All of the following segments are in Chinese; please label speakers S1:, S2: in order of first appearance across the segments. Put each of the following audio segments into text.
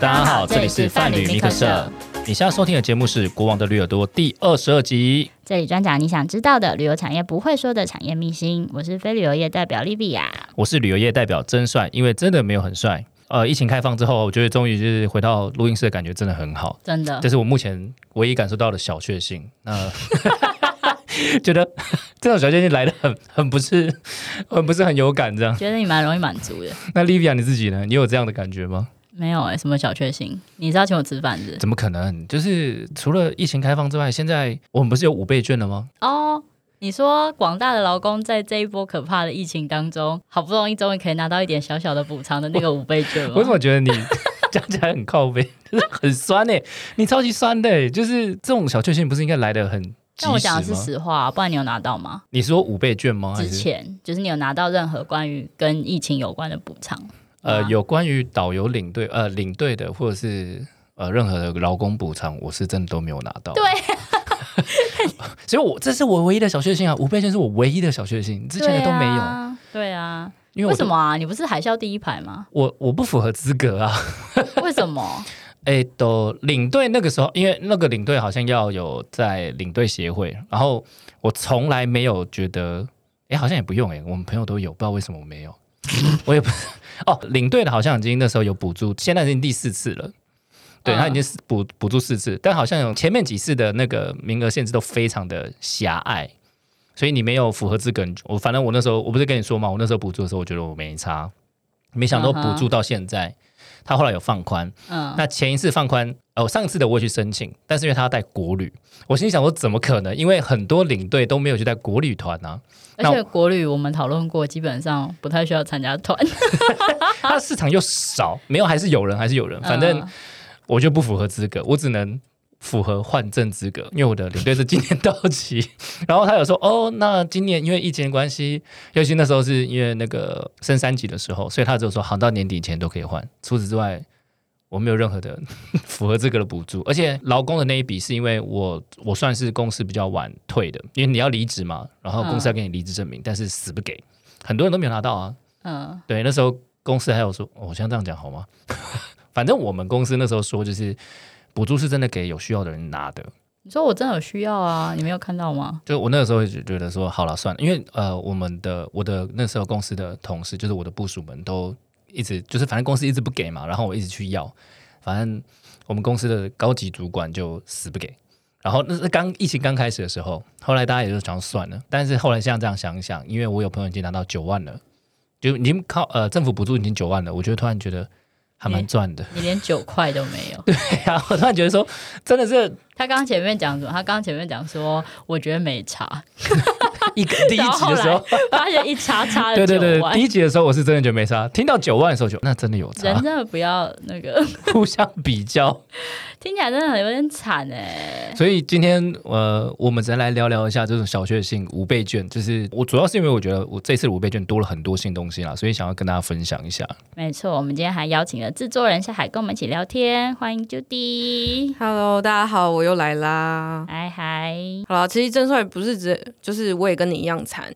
S1: 大家好，这里是范旅米可社。你现在收听的节目是《国王的驴耳朵》第二十二集。
S2: 这里专讲你想知道的旅游产业不会说的产业秘辛。我是非旅游业代表莉比亚。
S1: 我是旅游业代表，真帅，因为真的没有很帅。呃，疫情开放之后，我觉得终于就是回到录音室的感觉真的很好，
S2: 真的
S1: 这，是我目前唯一感受到的小确幸。那、 觉得 这种小确幸来的很很不是很不是很有感这样。
S2: 觉得你蛮容易满足的。
S1: 那 Livia 你自己呢？你有这样的感觉吗？
S2: 没有哎、什么小确幸？你是要请我吃饭是不是？
S1: 怎么可能？就是除了疫情开放之外，现在我们不是有五倍券了吗？
S2: 哦，你说广大的劳工在这一波可怕的疫情当中，好不容易终于可以拿到一点小小的补偿的那个五倍 券吗
S1: 我怎么觉得你讲起来很靠背， 就是很酸欸呢、你超级酸的、欸就是这种小确幸不是应该来的很及
S2: 但我
S1: 时
S2: 讲的是
S1: 吗？
S2: 实话、不然你有拿到吗？
S1: 你说五倍券哦吗？还
S2: 之
S1: 是
S2: 前就是你有拿到任何关于跟疫情有关的补偿？
S1: 呃
S2: 吗
S1: 有关于导游领队呃领队的或者是呃任何的劳工补偿，我是真的都没有拿到。
S2: 对，
S1: 所以我这是我唯一的小确幸啊！五倍券是我唯一的小确幸，之前的都没有，
S2: 对啊。对啊
S1: 因为
S2: 为
S1: 我？
S2: 什么啊？你不是海啸第一排吗
S1: 我我不符合资格啊。
S2: 为什 么？
S1: 诶，都领队那个时候，因为那个领队好像要有在领队协会，然后我从来没有觉得，诶，好像也不用诶，我们朋友都有，不知道为什么我 没有，我也不 哦，领队的好像已经那时候有补助，现在已经第四次了。对
S2: 嗯
S1: 他已经是补补助四次，但好像有前面几次的那个名额限制都非常的狭隘，所以你没有符合资格。你我反正我那时候我不是跟你说嘛，我那时候补助的时候，我觉得我没差，没想到
S2: 嗯哼
S1: 补助到现在，他后来有放宽，
S2: 嗯，
S1: 那前一次放宽，呃，上次的我也去申请，但是因为他要带国旅，我心里想说怎么可能？因为很多领队都没有去带国旅团啊，
S2: 而
S1: 那
S2: 且国旅我们讨论过，基本上不太需要参加团。
S1: 他的市场又少，没有还是有人，还是有人，反正
S2: 嗯
S1: 我就不符合资格，我只能。符合换证资格，因为我的领队是今年到期，然后他有说哦，那今年因为疫情的关系，尤其那时候是因为那个升三级的时候，所以他只有说好到年底前都可以换。除此之外，我没有任何的 符合资格的补助，而且劳工的那一笔是因为我我算是公司比较晚退的，因为你要离职嘛，然后公司要给你离职证明，但是死不给，很多人都没有拿到啊。
S2: 嗯，
S1: 对，那时候公司还有说，哦我像这样讲好吗？ 反正我们公司那时候说，就是补助是真的给有需要的人拿的。
S2: 你说我真的有需要啊？你没有看到吗？
S1: 就我那个时候就觉得说，好了算了，因为呃，我们的我的那时候公司的同事，就是我的部署们都一直就是反正公司一直不给嘛，然后我一直去要，反正我们公司的高级主管就死不给。然后那是刚疫情刚开始的时候，后来大家也就想算了，但是后来像这样想一想，因为我有朋友已经拿到九万了，就已经靠呃政府补助已经九万了，我觉得突然觉得还
S2: 哎
S1: 蛮赚的。
S2: 你连九块都没有。
S1: 然后我突然觉得说，真的是
S2: 他刚刚前面讲什么？他刚刚前面讲说，我觉得没查，
S1: 一 个第一
S2: 然后
S1: 集
S2: 后
S1: 的时候
S2: 来，发现一查查 了
S1: 对对
S2: 九
S1: 对，
S2: 万
S1: 第。一集的时候我是真的觉得没差，听到九万的时候就那真的有
S2: 人
S1: 差，
S2: 真的不要那个，
S1: 互相比 较。
S2: 听起来真的很有点惨哎、
S1: 所以今天呃，我们只能来聊聊一下这种小确幸五倍券，就是我主要是因为我觉得我这次的五倍券多了很多新东西啦，所以想要跟大家分享一下。
S2: 没错，我们今天还邀请了制作人夏海跟我们一起聊天，欢迎 Judy。
S3: Hello，大家好，我又来啦。
S2: 嗨嗨，
S3: 好啦，其实真帅不是只就是我也跟你一样惨，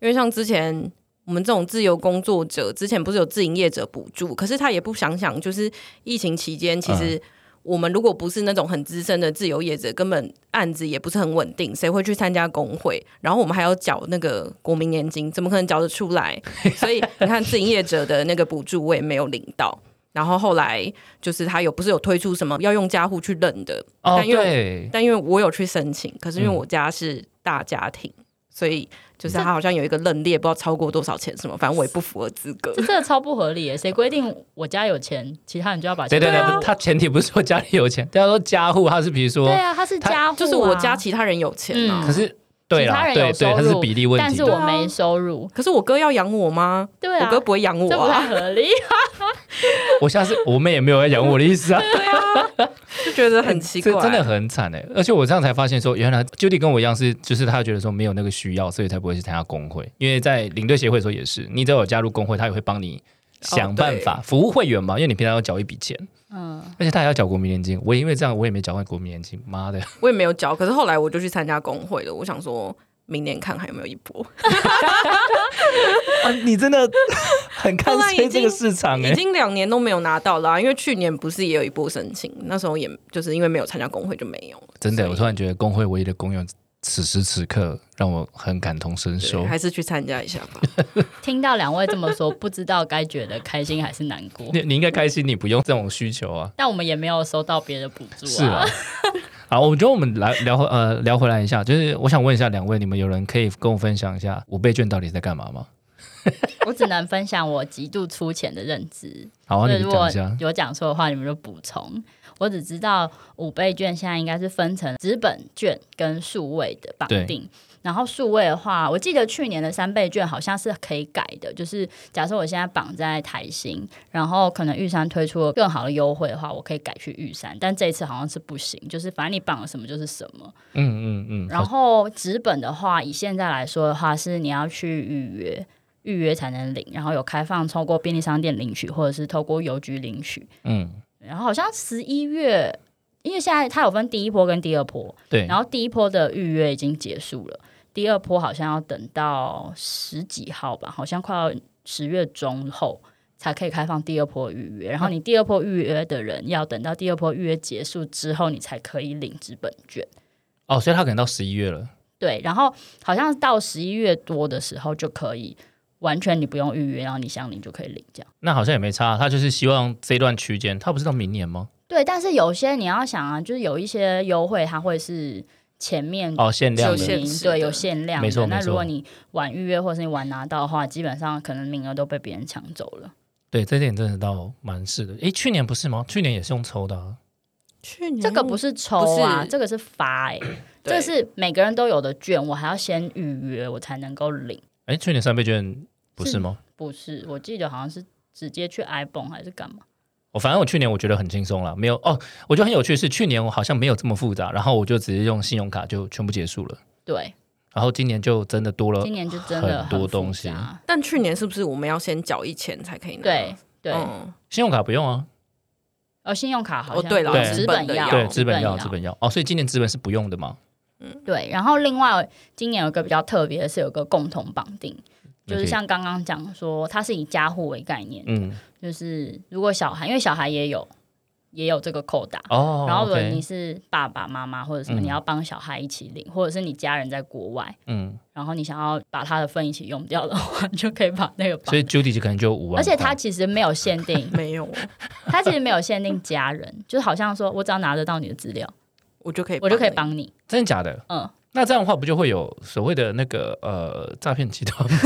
S3: 因为像之前我们这种自由工作者，之前不是有自营业者补助，可是他也不想想，就是疫情期间，其实我们如果不是那种很资深的自由业者，根本案子也不是很稳定，谁会去参加工会？然后我们还要缴那个国民年金，怎么可能缴得出来？所以你看自营业者的那个补助，我也没有领到。然后后来就是他有不是有推出什么要用家户去认的，
S1: 哦，
S3: 但因为
S1: 对，
S3: 但因为我有去申请，可是因为
S1: 嗯
S3: 我家是大家庭，所以就是他好像有一个认列，不知道超过多少钱什么，反正我也不符合资格
S2: 这。真的超不合理耶！欸谁规定我家有钱，其他人就要把
S1: 对
S2: 钱？
S1: 对
S3: 对啊
S1: 对，他前提不是说家里有钱，他说家户，他是比如说
S2: 对，啊，他是
S1: 他
S2: 家户、啊，
S3: 就是我家其他人有钱啊，
S2: 嗯
S1: 可是对
S2: 其他
S1: 啦，
S2: 人有
S1: 对对，
S2: 收
S1: 他是
S2: 入
S1: 比例问
S2: 但
S1: 题
S2: 是
S1: 的。
S2: 我没收入，
S3: 可是我哥要养我吗？
S2: 啊对啊，
S3: 我哥不会养我
S2: 这不
S3: 啊，
S2: 太合理。
S1: 我下次我们也没有要养我的意思啊。
S3: 就觉得很奇怪
S1: 这。真的很惨哎、而且我这样才发现说，原来 Judy 跟我一样是，就是他觉得说没有那个需要，所以才不会去参加工会。因为在领队协会的时候也是，你只要有加入工会，他也会帮
S3: 哦
S1: 你想办法、服务会员嘛，因为你平常要缴一笔钱，
S2: 嗯，
S1: 而且他还要缴国民年金。我也因为这样，我也没缴过国民年金，妈 的！
S3: 我也没有交，可是后来我就去参加工会了。我想说明年看还有没有一波。
S1: 啊，你真的很看
S3: 后
S1: 衰
S3: 来已
S1: 这个
S3: 经
S1: 市场哎、
S3: 已经两年都没有拿到啊啦、因为去年不是也有一波申请，那时候也就是因为没有参加工会就没有了，
S1: 真的，
S3: 所以
S1: 我突然觉得工会唯一的功用，此时此刻让我很感同身
S3: 对
S1: 受。
S3: 还是去参加一下吧。
S2: 听到两位这么说，不知道该觉得开心还是难过。
S1: 你你应该开心，你不用这种需求啊。
S2: 但我们也没有收到别的补助
S1: 是
S2: 啊
S1: 啊。好，我觉得我们来聊回呃聊回来一下，就是我想问一下两位，你们有人可以跟我分享一下五倍券到底在干嘛吗？
S2: 我只能分享我极度粗浅的认知，
S1: 好啊，
S2: 所以
S1: 你
S2: 如
S1: 们讲
S2: 果
S1: 一下。
S2: 有讲错的话，你们就补充。我只知道五倍券现在应该是分成纸本券跟数位的绑定。然后数位的话，我记得去年的三倍券好像是可以改的，就是假设我现在绑在台新，然后可能玉山推出了更好的优惠的话，我可以改去玉山，但这一次好像是不行，就是反正你绑了什么就是什么。
S1: 嗯嗯嗯，
S2: 然后纸本的话，以现在来说的话，是你要去预约，预约才能领，然后有开放透过便利商店领取，或者是透过邮局领取。
S1: 嗯，
S2: 然后好像十一月，因为现在它有分第一波跟第二波，
S1: 对
S2: 然，后第一波的预约已经结束了，第二波好像要等到十几号吧，好像快要十月中后。才可以开放第二波预约，然后你第二波预约的人要等到第二波预约结束之后，你才可以领纸本券。
S1: 哦，所以他可能到十一月了。
S2: 对，然后好像到十一月多的时候就可以完全你不用预约，然后你想领就可以领这样。
S1: 那好像也没差，他就是希望这段区间，他不是到明年吗？
S2: 对，但是有些你要想啊，就是有一些优惠它会是前面
S1: 哦，限量
S2: 有
S3: 有
S1: 的
S3: 限
S2: 名
S3: 制
S2: 对
S3: 的
S2: 有限量的，
S1: 没错没
S2: 那如果
S1: 错
S2: 你晚预约或是你晚拿到的话，基本上可能名额都被别人抢走了。
S1: 对，这点真的倒蛮是的。诶，去年不是吗？去年也是用抽的、啊，
S3: 去年
S2: 这嗯个不是抽啊，这个是发 哎、
S3: 对
S2: 这是每个人都有的券，我还要先预约我才能够领。
S1: 诶，去年三倍券不是吗？
S2: 不是，我记得好像是直接去 iPhone 还是干嘛？
S1: 我哦反正我去年我觉得很轻松了，没有哦，我觉得很有趣的是去年我好像没有这么复杂，然后我就直接用信用卡就全部结束了，
S2: 对，
S1: 然后今年就真的多了，
S2: 今年就真的
S1: 很多
S2: 复
S1: 东西
S2: 杂
S3: 但去年是不是我们要先缴一千才可以拿？
S2: 对对，
S3: 嗯，
S1: 信用卡不用啊，
S2: 哦，信用卡好
S3: 哦
S2: 像
S3: 对
S2: 不
S3: 啦
S2: 用
S1: 对
S2: 纸本要，
S3: 哦
S1: 对，
S3: 纸
S1: 资本要资本要哦，所以今年资本是不用的嘛，
S2: 对。然后另外今年有个比较特别的是有个共同绑定，就是像刚刚讲说，它是以家户为概念，
S1: 嗯
S2: 就是如果小孩，因为小孩也有也有这个扣打。
S1: 哦，
S2: 然后，如果
S1: OK，
S2: 你是爸爸妈妈或者什么，
S1: 嗯
S2: 你要帮小孩一起领，或者是你家人在国外，
S1: 嗯，
S2: 然后你想要把他的份一起用掉的话，你就可以把那个绑
S1: 所。以 Judy 就可能就五万块，
S2: 而且它其实没有限定，
S3: 没有哦，
S2: 它其实没有限定家人，就是好像说我只要拿得到你的资料，
S3: 我就可以，
S2: 我就可以。帮你。
S1: 真的假的？
S2: 嗯，
S1: 那这样的话不就会有所谓的那个呃诈骗集 团吗？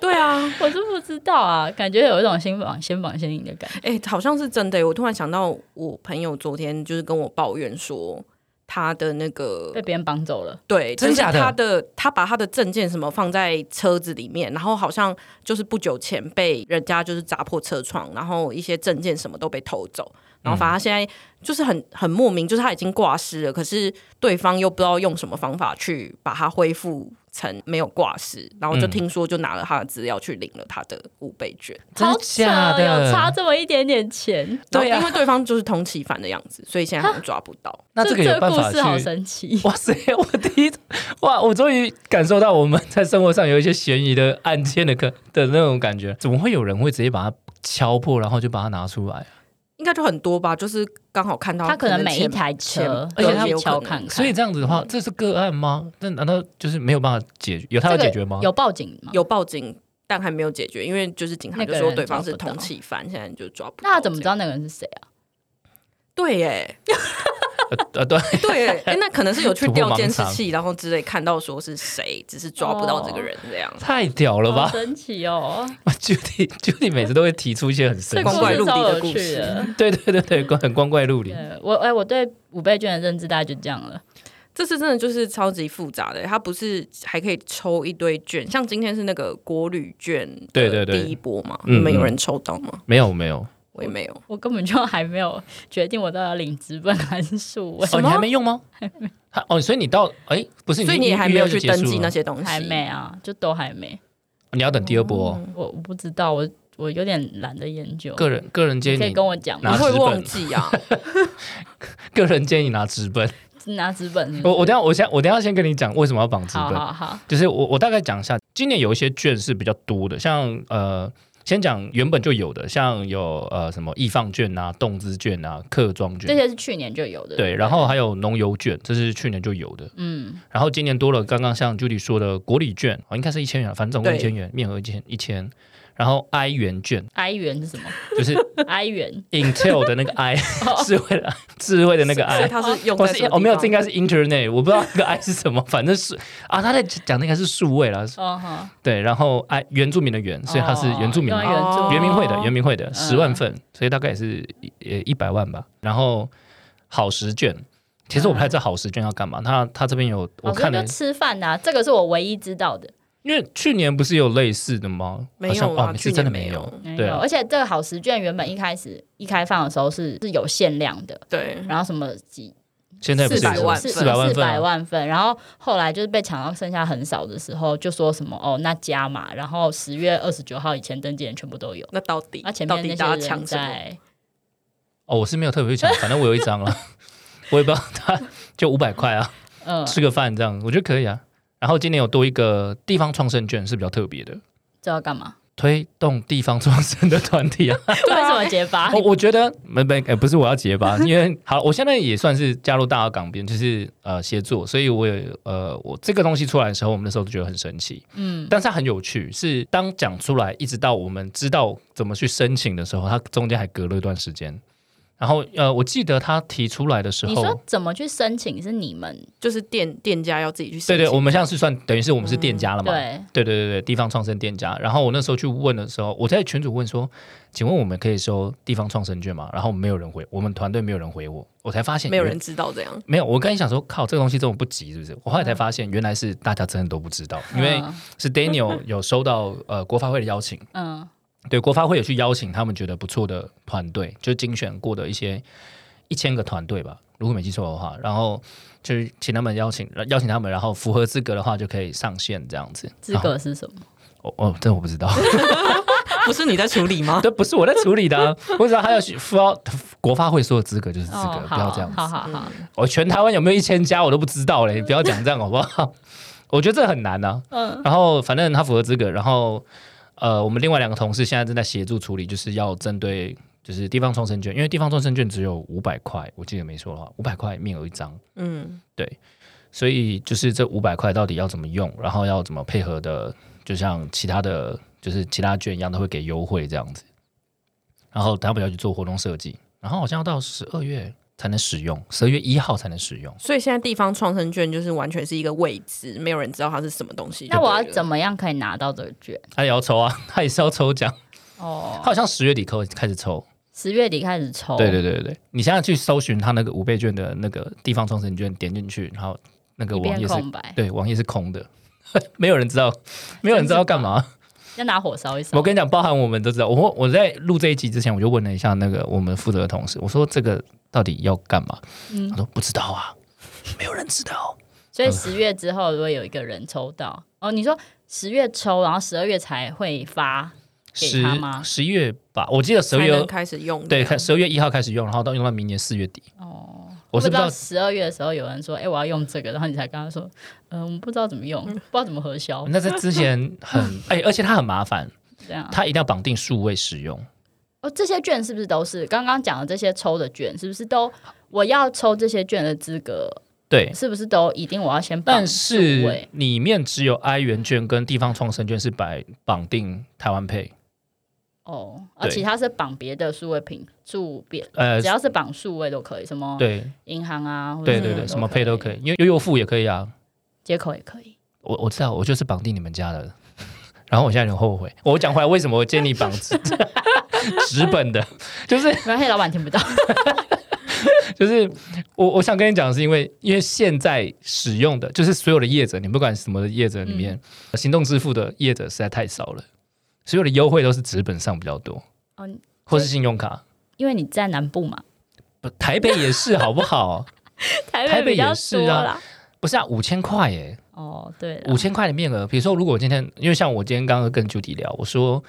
S3: 对啊，
S2: 我是不知道啊，感觉有一种先绑先绑先赢的感觉。
S3: 哎、好像是真的耶。我突然想到，我朋友昨天就是跟我抱怨说，他的那个
S2: 被别人绑走了，
S3: 对，
S1: 真
S3: 就是
S1: 假的
S3: 他的他把他的证件什么放在车子里面，然后好像就是不久前被人家就是砸破车窗，然后一些证件什么都被偷走。然后
S1: 嗯
S3: 反正他现在就是很很莫名，就是他已经挂失了，可是对方又不知道用什么方法去把它恢复成没有挂失，然后就
S1: 嗯
S3: 听说就拿了他的资料去领了他的五倍券。
S1: 真
S2: 好
S1: 的
S2: 扯，哦
S1: 假
S2: 有差
S1: 的？
S2: 这么一点点钱，
S1: 对
S3: 然
S1: 啊
S3: 后因为对方就是通缉犯的样子，所以现在好像抓不到。
S1: 那这个有办
S2: 故
S1: 法
S2: 事好
S1: 去？
S2: 神奇。
S1: 哇塞！我第一 哇，我终于感受到我们在生活上有一些嫌疑的案件的可的那种感觉。怎么会有人会直接把它敲破，然后就把它拿出来？
S3: 应该就很多吧，就是刚好看 到
S2: 他可能每一
S3: 前
S2: 台车，
S3: 而
S1: 且他
S2: 去
S3: 有
S2: 敲
S3: 可能
S2: 看看，
S1: 所以这样子的话，这是个案吗？那难道就是没有办法解决？有他要
S2: 这个
S1: 解决吗？
S2: 有报警吗？。
S3: 有报警，但还没有解决，因为就是警察就
S2: 那个
S3: 说
S2: 人
S3: 对方是
S2: 抓不到
S3: 通缉犯，现在就抓不到。
S2: 那他怎么知
S3: 这样？
S2: 道那个人是谁啊？
S3: 对耶，
S1: 呃呃，对，
S3: 对耶， 诶那可能是有去
S1: 突破
S3: 调
S1: 盲
S3: 监视
S1: 肠
S3: 器，然后之类看到说是谁，只是抓不到这个人这样。
S1: 太屌了
S2: 好
S1: 吧
S2: 神奇哦！
S1: ！Judy Judy 每次都会提出一些很神
S2: 这
S1: 奇
S2: 故
S3: 光怪
S1: 的，
S2: 事
S3: 陆离
S2: 超
S3: 的
S2: 有
S3: 故
S2: 趣
S3: 事
S2: 的。
S1: 对对对对，很光怪陆离。
S2: 对我哎，我对五倍券的认知大概就这样了。
S3: 这次真的就是超级复杂的，它不是还可以抽一堆券，像今天是那个国旅券，
S1: 对对对
S3: 第一波嘛，
S1: 嗯
S3: 你们有
S1: 嗯
S3: 人抽到吗？
S1: 没有没有，
S3: 我也没有，
S2: 我根本就还没有决定我到底要领资本还是数位，
S1: 哦，你还没用吗？还哦，所以你到哎，不是，
S3: 所以你也还没有去登记那
S1: 些，
S3: 些东西，
S2: 还没啊，就都还没。
S1: 你要等第二波哦。
S2: 我我不知道，我我有点懒得研究。
S1: 个人个人建
S2: 哦你可
S1: 议
S2: 以跟我讲
S1: 拿
S3: 你
S2: 吗？
S3: 会
S1: 纸本
S3: 忘记啊？
S1: 个人建议拿纸本。
S2: 拿纸本是不是
S1: 我我等一下我先我等一下先跟你讲为什么要绑纸
S2: 嗯好
S1: 本，
S2: 好好，
S1: 就是我我大概讲一下，今年有一些券是比较多的，像呃先讲原本就有的，像有呃什么易放券啊、动资券啊、客庄
S2: 这
S1: 券，
S2: 些是去年就有的。
S1: 对，然后还有农油券，这是去年就有的。
S2: 嗯，
S1: 然后今年多了刚刚像 Judy 说的国礼券，哦，应该是一千元，反正总共
S3: 对
S1: 一千元，面额一千一千。然后 I 元券
S2: 哀元是 什么？
S1: 就是
S2: 哀元
S1: Intel 的那个 I，智慧的智慧的那个 I，
S3: 所以它是 用
S1: 我
S3: 在
S1: 是哦
S3: 什么地
S1: 我没有，
S3: 方
S1: 这应该是 Internet，我不知道那个 I 是什么，反正是啊，他在讲的应该是数位啦，
S2: 哦哈，
S1: 对，然后 I 原住民的原，所以它是原住民
S2: 哦
S1: 嘛，
S2: 用原住
S3: 哦
S1: 原民会的原民会的
S2: 嗯
S1: 十万份，所以大概也是呃一百万吧。然后好食券，其实我不太知道好食券要干嘛，他他这边有我
S2: 哦
S1: 看
S2: 所以
S1: 了
S2: 就，吃饭呐、这个是我唯一知道的。
S1: 因为去年不是有类似的吗？
S3: 没
S1: 好像
S3: 有啊
S1: 哦，你
S3: 去
S1: 是真的
S3: 年
S1: 没
S3: 没
S1: 有，
S3: 有
S2: 没
S1: 对
S2: 有，
S1: 啊
S2: 哎而且这个好食券原本一开始一开放的时候是是有限量的，
S3: 对，
S2: 然后什么几
S1: 现在不是
S3: 400万份
S1: 四百万
S2: 四
S1: 份
S2: 百
S1: 啊，
S2: 万份，然后后来就是被抢到剩下很少的时候，就说什么哦那加码，然后十月二十九号以前登记的人全部都有，
S3: 那到底
S2: 那啊前
S3: 到
S2: 面
S3: 底
S2: 那
S3: 大家
S2: 些
S3: 抢
S2: 人
S3: 什么？
S2: 在
S1: 哦，我是没有特别去抢，反正我有一张了， 我也不知道他就五百块啊。
S2: 嗯
S1: 吃个饭这样，我觉得可以啊。然后今年有多一个地方创生券是比较特别的，
S2: 这要干嘛？
S1: 推动地方创生的团体啊。
S2: 为什么结巴
S1: 我？哦我觉 得没没、呃不是我要结巴， 因为好，我现在也算是加入大澳港边，就是呃协作，所以我也呃我这个东西出来的时候，我们那时候就觉得很神奇，
S2: 嗯，
S1: 但是它很有趣，是当讲出来一直到我们知道怎么去申请的时候，它中间还隔了一段时间。然后呃，我记得他提出来的时候，
S2: 你说怎么去申请是你们
S3: 就是店店家要自己去申
S1: 对对，
S3: 请
S1: 我们现在是算等于是我们是店家了嘛？
S2: 嗯
S1: 对对
S2: 对
S1: 对对，地方创生店家。然后我那时候去问的时候，我在群主问说：“请问我们可以收地方创生券吗？”然后没有人回，我们团队没有人回我，我才发现
S3: 没有人知道 这样，
S1: 没有。我刚才想说，靠，这个东西这么不急是不是？我后来才发现，原来是大家真的都不知道，因为
S2: 嗯
S1: 是 Daniel 有收到呃国发会的邀请，
S2: 嗯
S1: 对国发会有去邀请他们觉得不错的团队，就精选过的一些一千个团队吧，如果没记错的话，然后就是请他们邀请邀请他们，然后符合资格的话就可以上线这样子。啊
S2: 资格是什么？
S1: 哦哦，这我不知道，
S3: 不是你在处 理 吗？
S1: 这不是我在处理的、 啊，我只知道他要符合国发会所有资格就是资格，
S2: 哦，
S1: 不要这样子。
S2: 好好好，
S1: 我、全台湾有没有一千家我都不知道嘞，不要讲这样好不好？ 我觉得这很难啊。
S2: 嗯
S1: 然后反正他符合资格，然后呃，我们另外两个同事现在正在协助处理，就是要针对就是地方创生券，因为地方创生券只有五百块，我记得没错的话，五百块面额一张，
S3: 嗯，
S1: 所以就是这五百块到底要怎么用，然后要怎么配合的，就像其他的就是其他券一样，都会给优惠这样子。然后他们要去做活动设计，然后好像要到十二月才能使用，十二月一号才能使用。
S3: 所以现在地方创生券就是完全是一个未知，没有人知道它是什么东西。
S2: 那我要怎
S3: 么？
S2: 么样可以拿到这个券？
S1: 他也要抽啊， 他也是要抽奖，他
S2: 哦，
S1: 好像十月底扣开始抽。
S2: 十月底开始抽，
S1: 对对对对对，你现在去搜寻他那个五倍券的那个地方创生券，点进去，然后那个
S2: 一
S1: 网
S2: 片
S1: 页是，
S2: 空白，
S1: 对，网页是空的， 没有人知道，没有人知道干嘛。
S2: 要拿火烧一烧。
S1: 我跟你讲，包含我们都知道，我我在录这一集之前，我就问了一下那个我们负责的同事，我说这个到底要干嘛？
S2: 嗯
S1: 他说不知道啊，没有人知道。
S2: 所以十月之后，如果有一个人抽到，哦，你说十月抽，然后十二月才会发，给
S1: 十
S2: 他吗
S1: 十月吧，我记得十
S3: 才能
S1: 月
S3: 开始用
S1: 对，
S3: 这样
S1: 十二月一号开始用，然后到用到明年四月底。
S2: 啊哦，
S1: 我是不
S2: 不知
S1: 知道
S2: 道十二月的时候有人说，哎、我要用这个，然后你才跟他说，嗯、我们不知道怎么用，不知道怎么核销，
S1: 那在之前很 哎、而且它很麻烦，
S2: 这样。
S1: 它一定要绑定数位使用。
S2: 哦，这些券是不是都是刚刚讲的这些抽的券，是不是都我要抽这些券的资格，
S1: 对，
S2: 是不是都一定我要先绑
S1: 但
S2: 数
S1: 是
S2: 位
S1: 里面只有 I 元券跟地方创生券是绑绑定台湾配，
S2: 哦，而
S1: 对
S2: 其他是绑别的数位品数别，
S1: 呃
S2: 只，要是绑数位都可以，什么
S1: 对
S2: 银行啊，或者
S1: 对对对，什么配都可
S2: 以，
S1: 以，因为悠悠付也可以啊。
S2: 接口也可以。
S1: 我我知道，我就是绑定你们家的。然后我现在有点后悔，我讲回来为什么我建议绑纸 纸本的，就是
S2: 没关系，老板听不到。
S1: 就是我我想跟你讲的是，因为因为现在使用的就是所有的业者，你不管什么的业者里面，
S2: 嗯
S1: 行动支付的业者实在太少了，所有的优惠都是纸本上比较多，
S2: 哦，你
S1: 或是信用卡。
S2: 因为你在南部嘛，
S1: 不台北也是好不好？
S2: 台
S1: 台北
S2: 比较
S1: 也是
S2: 多
S1: 啊
S2: 啦。
S1: 不是啊，五千块耶，
S2: 哦，对啦，
S1: 五千块的面额。比如说，如果我今天，因为像我今天刚刚跟 Judy 聊，我说，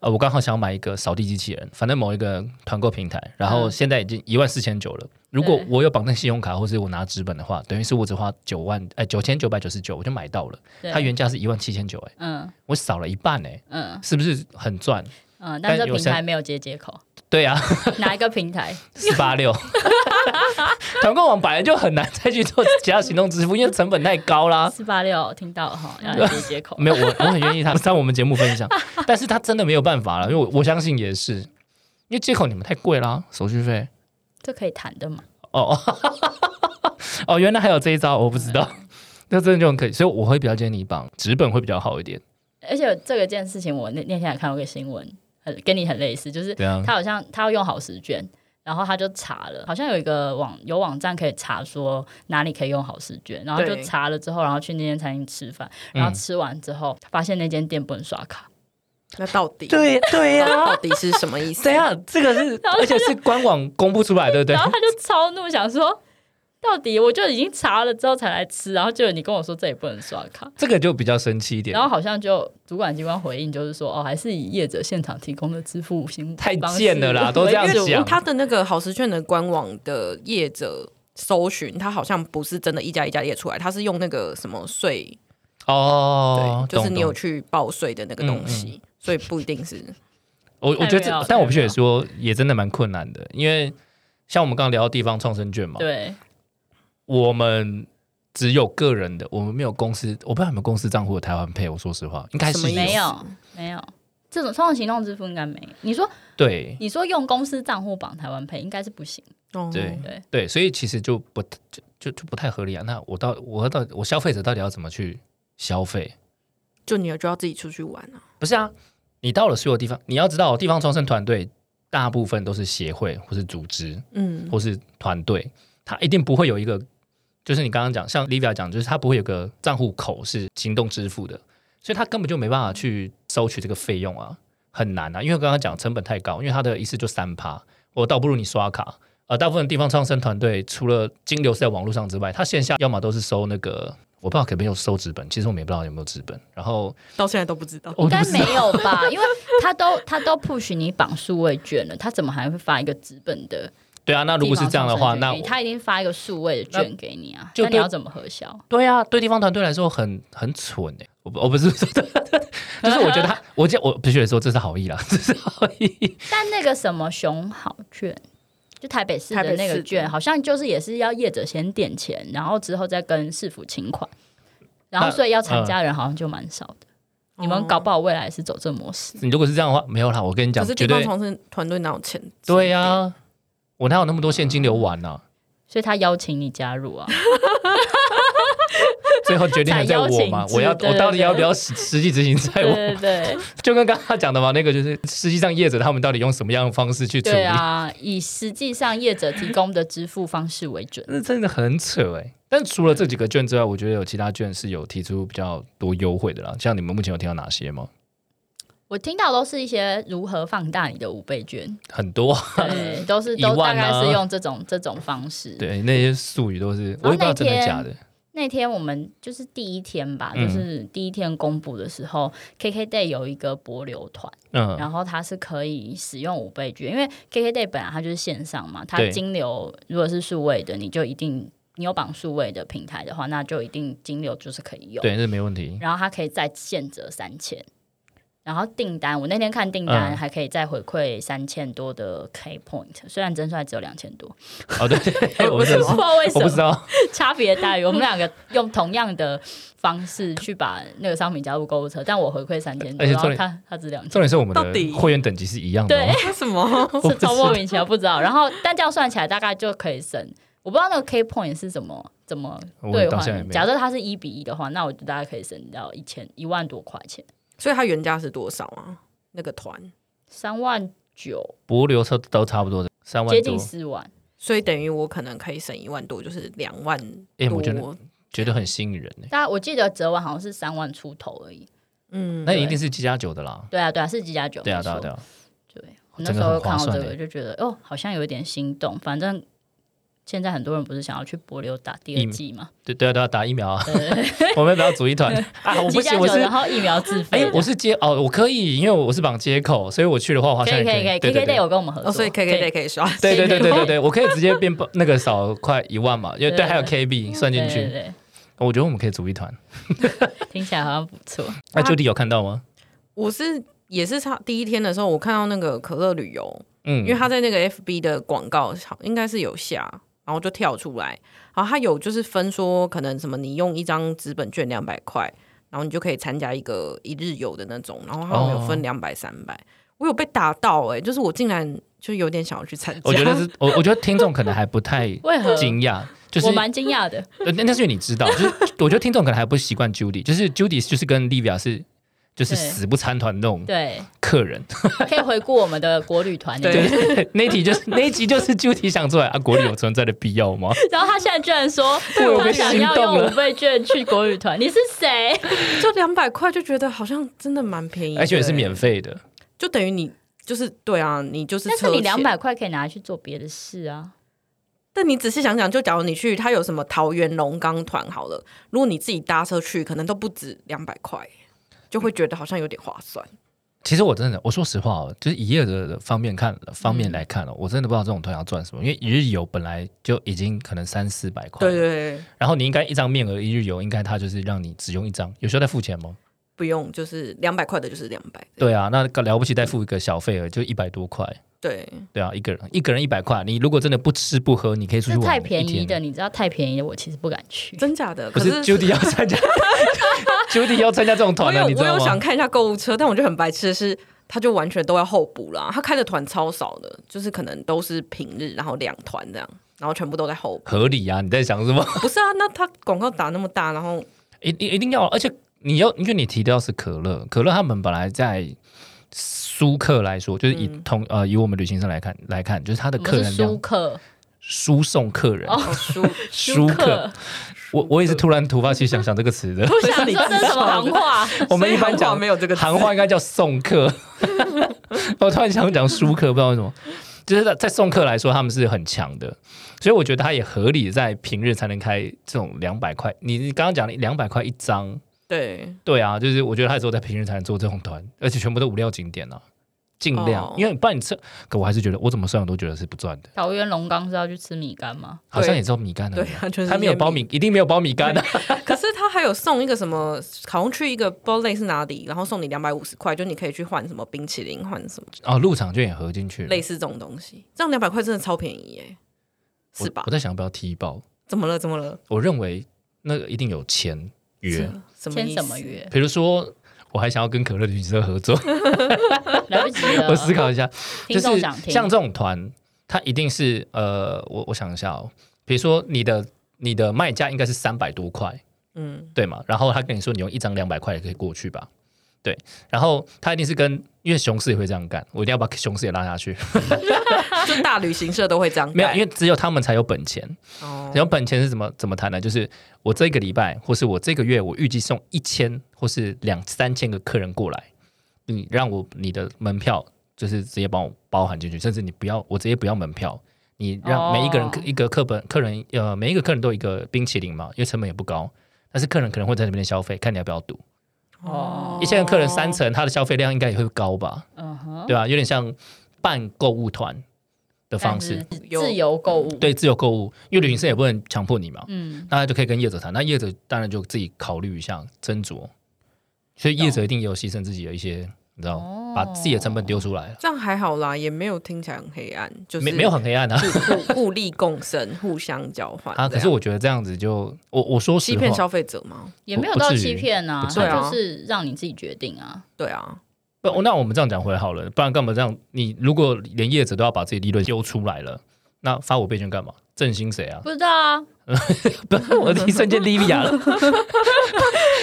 S1: 呃，我刚好想买一个扫地机器人，反正某一个团购平台，然后
S2: 嗯
S1: 现在已经一万四千九了。如果
S2: 对
S1: 我有绑定信用卡，或是我拿纸本的话，等于是我只花九万，哎，九千九百九十九，我就买到了。
S2: 对
S1: 它原价是一万七千九，哎，
S2: 嗯
S1: 我少了一半，哎，
S2: 嗯
S1: 是不是很赚？
S2: 嗯，但这
S1: 但有
S2: 平
S1: 些
S2: 台没有接接口，
S1: 对啊，
S2: 哪一个平台？
S1: 四八六， 团购网本来就很难再去做其他行动支付，因为成本太高啦。
S2: 四八六听到了哈，要来接接口。
S1: 没有，我我很愿意他上我们节目分享，但是他真的没有办法了，因为我我相信也是，因为接口你们太贵啦，手续费。
S2: 这可以谈的嘛？
S1: 哦哦哦，原来还有这一招，我不知道。那真的就很可以，所以我会比较建议你绑纸本会比较好一点。
S2: 而且这个件事情，我那那天还看到个新闻，很跟你很类似，就是
S1: 对啊，
S2: 他好像他要用好时卷，然后他就查了，好像有一个网有网站可以查说哪里可以用好时卷，然后就
S3: 对
S2: 查了之后，然后去那间餐厅吃饭，然
S1: 嗯
S2: 后吃完之后、发现那间店不能刷卡，
S3: 那到底
S1: 对对呀、
S3: 到底是什么意思？
S1: 对呀、这个是而且是官网公布出来，对不对
S2: 然？后他就超怒，想说到底我就已经查了之后才来吃，然后就你跟我说这也不能刷卡。
S1: 这个就比较生气一点
S2: 然。后好像就主管机关回应，就是说哦，还是以业者现场提供的支付型
S1: 太
S2: 方式
S1: 贱了啦都这样
S3: 因为
S1: 讲
S3: 他的那个好时券的官网的业者搜寻，他好像不是真的一家一家列出来，他是用那个什么税，
S1: 哦，
S3: 对，就是
S1: 懂嗯
S3: 你有
S1: 懂
S3: 去报税的那个东西，所以不一定是
S1: 我我觉得
S2: 太妙
S1: 这
S2: 了，
S1: 但我必须得说，也真的蛮困难的，因为像我们刚刚聊到地方创生券嘛，
S2: 对，
S1: 我们只有个人的，我们没有公司，我不知道有没有公司账户的台湾配，我说实话，应该
S3: 什么
S1: 是
S3: 意思
S2: 没有没有这种创动行动支付应该没有。你说
S1: 对
S2: 你说用公司账户绑台湾配应该是不行，
S3: 哦，
S1: 对
S2: 对
S1: 对，所以其实就不就就就不太合理啊。那我到我到我消费者到底要怎么去消费？
S3: 就你就要自己出去玩啊，
S1: 不是啊，你到了所有地方，你要知道，地方创生团队大部分都是协会或是组织，
S3: 嗯，
S1: 或是团队，他一定不会有一个，就是你刚刚讲，像 Livia 讲，就是他不会有个账户口是行动支付的，所以他根本就没办法去收取这个费用啊，很难啊，因为刚刚讲成本太高，因为他的一次就三趴，我倒不如你刷卡。呃，大部分地方创生团队除了金流是在网络上之外，他线下要么都是收那个，我不知道有没有收纸本，其实我们也不知道有没有纸本。然后
S3: 到现在都不知道。
S1: 我
S2: 应
S1: 都
S2: 该
S1: 不知
S2: 没
S1: 道
S2: 有 吧？因为他都他都 push 你绑数位券了，他怎么还会发一个纸本的地
S1: 对啊，那
S2: 方
S1: 如果是这样的话，
S2: 上传
S1: 那
S2: 给你
S1: 我
S2: 他一定发一个数位的券给你啊，
S1: 就
S2: 那你
S1: 对
S2: 要怎么核销？
S1: 对啊，对地方团队来说很很蠢哎、我不我不是说， 就是我觉得他，我觉得我必须得说这是好意啦， 这是好意。
S2: 但那个什么熊好券，就台北市
S3: 台北
S2: 的
S3: 市
S2: 那个
S3: 的
S2: 券，好像就是也是要业者先垫钱，然后之后再跟市府请款，然后
S1: 那嗯
S2: 所以要参加的人好像就蛮少的。你们搞不好未来是走这模式，
S1: 你如果是这样的话，没有啦，我跟你讲
S3: 可，是
S1: 绝
S3: 地方
S1: 对
S3: 创生团队哪有钱？
S1: 对呀、我哪有那么多现金流玩呢、啊？
S2: 所以他邀请你加入 啊，
S1: 最后决定还在我嘛，
S2: 才邀请制
S1: 我要
S2: 对
S1: 我到底要不要实实际执行在
S2: 对
S1: 我？
S2: 对对，
S1: 就跟刚刚讲的嘛，那个就是实际上业者他们到底用什么样的方式去处理？
S2: 对啊，以实际上业者提供的支付方式为准。
S1: 那真的很扯哎、但除了这几个券之外，我觉得有其他券是有提出比较多优惠的啦。像你们目前有听到哪些吗？
S2: 我听到都是一些如何放大你的五倍 券，
S1: 很多，
S2: 对，都是
S1: 一
S2: 都大
S1: 万啊
S2: 概是用这种这种方式。
S1: 对，那些术语都是，我也不知道真的假的。
S2: 那天我们就是第一天吧，
S1: 嗯
S2: 就是第一天公布的时候、k k day 有一个博流团，
S1: 嗯
S2: 然后它是可以使用五倍券，因为 KK day 本来它就是线上嘛，它
S1: 对
S2: 金流如果是数位的，你就一定你有绑数位的平台的话，那就一定金流就是可以用。
S1: 对，那没问题。
S2: 然后它可以再现折三千，然后订单我那天看订单
S1: 嗯
S2: 还可以再回馈三千多的 K point，、虽然增出来只有两千多，
S1: 哦，对，对我不
S2: 不知
S1: 知道，
S2: 道为什
S1: 我
S2: 么
S1: 不知道。
S2: 差别待遇，我们两个用同样的方式去把那个商品加入购物车，但我回馈三千多，
S1: 而且
S2: 然
S1: 重
S2: 后
S1: 点
S2: 他他只两千，
S1: 重点是我们
S3: 到
S1: 的
S3: 底
S1: 会员等级是一样的、 哦，
S3: 为什么？
S1: 我不
S2: 是
S1: 知
S2: 超莫名其妙，不知道。然 后但这样算起来大概就可以省，我不知道那个 K point 是怎么怎么
S1: 我
S2: 兑
S1: 到现在也
S2: 换。
S1: 没有
S2: 假设它是一比一的话，那我就大概可以省到一千一万多块钱，
S3: 所以它原价是多少啊？那个团，
S2: 三万九，
S1: 博流车都差不多的，三万
S2: 接
S1: 多
S2: 近，四万。
S3: 所以等于我可能可以省一万多，就是两万
S1: 哎
S3: 多。
S1: 我觉得觉得很吸引人欸诶。
S2: 大概我记得折完好像是三万出头而已。
S3: 嗯，
S1: 那一定是七加九的啦。
S2: 对啊，对啊，是几加九。
S1: 对啊，
S2: 没
S1: 对
S2: 错
S1: 啊，对啊，
S2: 对，我
S1: 整
S2: 那
S1: 个
S2: 时候
S1: 很划
S2: 看到这
S1: 算
S2: 个
S1: 欸
S2: 就觉得，哦，好像有一点心动。反正现在很多人不是想要去柏流打第
S1: 疫
S2: 二
S1: 苗
S2: 剂嘛？
S1: 对对啊，对啊，打疫苗啊，
S2: 对，
S1: 我们不要组一团啊！ 我不
S2: 七加
S1: 行，我
S2: 九，
S1: 是
S2: 然后疫苗自
S1: 哎
S2: 费，。
S1: 我是接哦，我可以，因为我是绑接口，所以我去的话，我好
S2: 可
S1: 像也
S2: 以可以可
S1: 以。
S2: 以
S1: 对
S2: ，K K
S1: 对
S2: day
S1: 对，
S2: 有跟我们合作，
S3: 哦，所以 K K
S2: 对
S3: Day 可以刷，
S1: 对对对对对对，我可以直接变 包那个少快一万嘛，因为对，
S2: 对
S1: 还有 KB 算进
S2: 对对
S1: 去，
S2: 对，
S1: 哦我觉得我们可以组一团。
S2: 对听起来好像不错。
S1: 那 Judy 有看到吗？
S3: 我是也是他第一天的时候，我看到那个可乐旅游，
S1: 嗯
S3: 因为他在那个 FB 的广告好应该是有下，然后就跳出来，然后他有就是分说，可能什么你用一张纸本券两百块，然后你就可以参加一个一日游的那种，然后他好像有分
S1: 哦
S3: 两百三百，我有被打到哎、就是我竟然就有点想要去参加，
S1: 我觉得是，我我觉得听众可能还不太
S2: 为何
S1: 惊讶，就是
S2: 我蛮惊讶 的，
S1: 呃那那是因为你知道，就是我觉得听众可能还不习惯 Judy，就是 Judy 就是跟 Livia 是就是
S2: 对
S1: 死不参团那种
S2: 对，
S1: 客人。
S2: 可以回顾我们的国旅团。
S3: 对
S1: 那一题就是那一集就是 Judy 想出来啊，国旅有存在的必要吗？
S2: 然后他现在居然说
S1: 我
S2: 他
S1: 被
S2: 想
S1: 心
S2: 要
S1: 动
S2: 用
S1: 了
S2: 五倍券去国旅团，你是谁？
S3: 就两百块就觉得好像真的蛮便宜的欸，
S1: 而且也是免费的，
S3: 就等于你就是对啊，你就是
S2: 但是你
S3: 车钱
S2: 两，百块可以拿去做别的事啊。
S3: 但你仔细想想，就假如你去，它有什么桃园龙岗团好了，如果你自己搭车去，可能都不止两百块，就会觉得好像有点划算。
S1: 其实我真的，我说实话哦，就是一夜的方面看方面来看哦，我真的不知道这种团要赚什么，因为一日游本来就已经可能三四百块，
S3: 对对对，
S1: 然后你应该一张面额一日游，应该它就是让你只用一张，有需要再付钱吗？
S3: 不用，就是两百块的，就是两百。
S1: 对啊，那个了不起再付一个小费额，就一百多块，
S3: 对，
S1: 对啊，一个人一个人一百块，你如果真的不吃不喝，你可以出去
S2: 这
S1: 玩
S2: 太便宜
S1: 一
S2: 的，
S1: 天。
S2: 你知道太便宜的，我其实不敢去。
S3: 真假的？
S1: 不
S3: 可
S1: 是 Judy 要参加 ，Judy 要参加这种
S3: 我
S1: 团
S3: 有
S1: 啊，你知
S3: 我
S1: 道
S3: 有想
S1: 吗？
S3: 看一下购物车，但我觉得很白痴的是，他就完全都要候补啦。他开的团超少的，就是可能都是平日，然后两团这样，然后全部都在候补。
S1: 合理啊，你在想什么？
S3: 不是啊，那他广告打那么大，然后
S1: 一定一定要，而且你要，因为你提到是可乐，可乐他们本来在苏克来说，就是以
S3: 嗯
S1: 同、呃以我们旅行社来看来看，就是他的
S2: 我
S1: 客
S2: 们是
S1: 人
S2: 舒
S1: 量
S2: 克，
S1: 输送客人。
S3: 哦输
S1: 舒克，，我我也是突然突发奇想想这个词的。
S2: 不想说这是什么 行话。
S1: 我们一般
S3: 所以韩
S1: 讲
S3: 话没有这个字
S1: 行话应该叫送 客，我突然想讲舒克，不知道为什么，就是在在送客来说他们是很强的，所以我觉得他也合理在平日才能开这种两百块。你你刚刚讲两百块一张，
S3: 对，
S1: 对啊，就是我觉得他只有在平日才能做这种团，而且全部都无料景点啊，尽量，
S3: 哦
S1: 因为不然你吃，可我还是觉得我怎么算我都觉得是不赚的，
S2: 桃园龙岗是要去吃米干吗？
S1: 好像也只有米干的
S3: 对，啊，就是
S1: 嗯他没有包
S3: 米。
S1: 米，一定没有包米干啊的，
S3: 可是他还有送一个什么，好像去一个不知道类似哪里，然后送你两百五十块，就你可以去换什么冰淇淋，换什么
S1: 哦，入场券也合进去了
S3: 类，似这种东西。这样两百块真的超便宜耶，
S1: 我
S3: 是吧
S1: 我？在想要不要踢爆，
S3: 怎么了？怎么了？
S1: 我认为那个一定有签约，
S3: 什么
S2: 签
S3: 意
S2: 什么
S3: 思？
S2: 约？
S1: 比如说。我还想要跟可乐旅行社合作，
S2: 来不及了
S1: 我。思考一下，就
S2: 嗯听众
S1: 是
S2: 想听，
S1: 像这种团，它一定是呃，我我想一下哦，比如说你的你的卖价应该是三百多块，
S3: 嗯，
S1: 对嘛？然后他跟你说你用一张两百块也可以过去吧？对，然后他一定是跟，因为雄狮也会这样干，我一定要把雄狮也拉下去。
S3: 就大旅行社都会这样干，
S1: 没有，因为只有他们才有本钱。
S3: 哦
S1: 然后本钱是怎么怎么谈呢？就是我这个礼拜或是我这个月，我预计送一千或是两三千个客人过来，你让我你的门票就是直接帮我包含进去，甚至你不要，我直接不要门票。你让
S2: 哦
S1: 每一个人、一个课本客人呃每一个客人都有一个冰淇淋嘛，因为成本也不高，但是客人可能会在那边消费，看你要不要赌。
S2: 哦
S1: 一千个客人三成，他的消费量应该也会高吧？
S2: 嗯哼，
S1: 对吧、有点像办购物团的方式，
S2: 但是自由购物，，
S1: 对自由购物，因为旅行社也不能强迫你嘛，
S2: 嗯，
S1: 那他就可以跟业者谈，那业者当然就自己考虑一下斟酌，所以业者一定也有牺牲自己的一些，你知道，
S2: 哦
S1: 把自己的成本丢出来了，
S3: 这样还好啦，也没有听起来很黑暗，就是
S1: 没没有很黑暗啊。
S3: 互互 互利共生，互相交换
S1: 啊，可
S3: 这
S1: 是
S3: 样
S1: 我觉得这样子就我我说实
S3: 欺骗
S1: 话，
S3: 消费者吗？
S2: 也没有到
S1: 不至于
S2: 欺骗啊
S1: 不，至
S3: 于
S2: 它就是让你自己决定啊。
S3: 对啊，
S1: 不，哦那我们这样讲回来好了，不然干嘛这样？你如果连业者都要把自己利润丢出来了，那发我倍券干嘛？振兴谁啊？
S2: 不知道啊，
S1: 不是我一瞬间 Livia 了。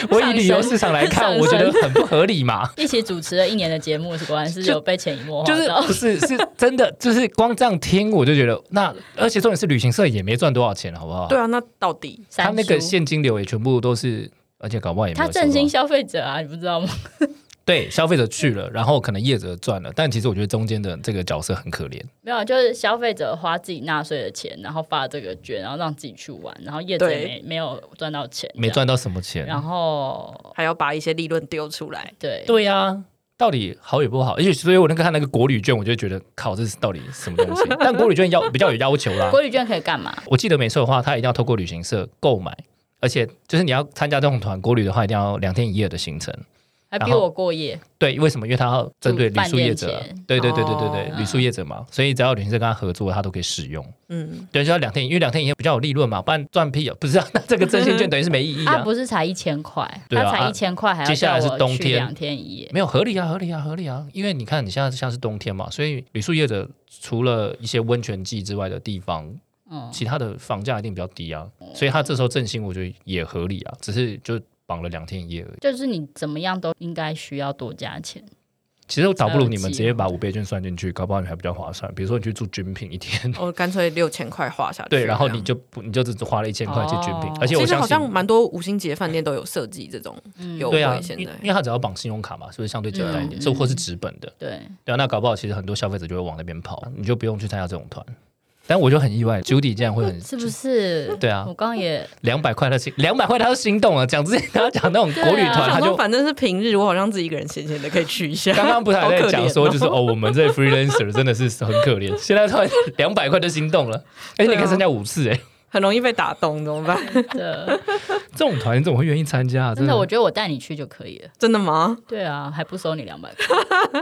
S1: 我以旅游市场来看，
S2: 上升
S1: 我觉得很不合理嘛。
S2: 一起主持了一年的节目，是果然是
S1: 就
S2: 有被潜移默化
S1: 就
S2: 到。
S1: 是不是是真的，就是光这样听我就觉得那，而且重点是旅行社也没赚多少钱，好不好？
S3: 对，啊，那到底
S1: 他
S2: 三
S1: 那个
S2: 叔
S1: 现金流也全部都是，而且搞不好也没有
S2: 他
S1: 收到
S2: 振兴嗯消费者啊，你不知道吗？
S1: 对消费者去了，然后可能业者赚了，但其实我觉得中间的这个角色很可怜。
S2: 没有，啊就是消费者花自己纳税的钱，然后发这个券，然后让自己去玩，然后业者也
S3: 对
S2: 没没有赚到钱，
S1: 没赚到什么钱
S2: 这。样。然后
S3: 还要把一些利润丢出来？
S2: 对，
S1: 对呀、到底好与不好？而且所以我那个看那个国旅券，我就觉得靠，这是到底什么东 西？但国旅券要比较有要求啦，
S2: 国旅券可以干嘛？
S1: 我记得没错的话，他一定要透过旅行社购买，而且就是你要参加这种团国旅的话，一定要两天一夜的行程。
S2: 还
S1: 然
S2: 逼
S1: 后
S2: 我过夜，
S1: 对，为什么？因为他要针对旅
S2: 办
S1: 宿业
S2: 宴
S1: 者啊
S2: 前，
S1: 对对对对对对
S3: 哦，
S1: 旅宿业者
S2: 嗯
S1: 嘛，所以只要旅行社跟他合作，他都可以使用。
S3: 嗯，
S1: 对，就要两天，因为两天以前比较有利润嘛，不然赚屁啊！不是啊，那这个征信券等于是没意义啊，
S2: 他、不是才一千块，
S1: 对啊
S2: 他才
S1: 啊
S2: 一千块，还要
S1: 接下
S2: 叫
S1: 来是
S2: 我
S1: 冬
S2: 去
S1: 天
S2: 两天一夜。
S1: 没有合理啊，合理啊，合理啊！因为你看你现在像是冬天嘛，所以旅宿业者除了一些温泉季之外的地方，
S2: 嗯，哦
S1: 其他的房价一定比较低啊，所以他这时候振兴我觉得也合理啊，只是就绑了两天一夜而已。
S2: 就是你怎么样都应该需要多加钱。
S1: 其实我倒不如你们直
S2: 才有机会
S1: 接把五倍券算进去，搞不好你还比较划算。比如说你去住军品一天，
S3: 我干脆六千块花下去。
S1: 对，然后
S3: 啊这
S1: 你
S3: 样
S1: 就不你就只花了一千块去军品
S2: 哦，
S1: 而且我
S3: 其实
S1: 相
S3: 好
S1: 信
S3: 像。蛮多五星级的饭店都有设计 这种
S2: 嗯，
S3: 有
S1: 对啊
S3: 优惠，现
S1: 因
S3: 在
S1: 因为他只要绑信用卡嘛，是不是相对简单一点？
S2: 嗯
S1: 是或是纸本的，
S2: 对，
S1: 对啊，那搞不好其实很多消费者就会往那边跑，你就不用去参加这种团。但我就很意外，Judy 竟然会很
S2: 是不是？
S1: 对啊
S2: 我刚刚也
S1: 两百块他心两百块他都心动了。讲之前他讲那种国旅
S2: 对
S1: 团，
S2: 啊
S1: 他
S3: 想说
S1: 就
S3: 反正是平日，我好像自己一个人闲闲的可以去一下。
S1: 刚刚不是还在讲说， 就是
S3: 好可怜哦
S1: 哦，我们这 freelancer 真的是很可怜，现在突然两百块就心动了，而且你可以参加五次哎，
S3: 很容易被打动，怎么办？
S2: 的，
S1: 这种团你怎么会愿意参加啊？
S2: 呃真的，我觉得我带你去就可以了。
S3: 真的吗？
S2: 对啊，还不收你两百块。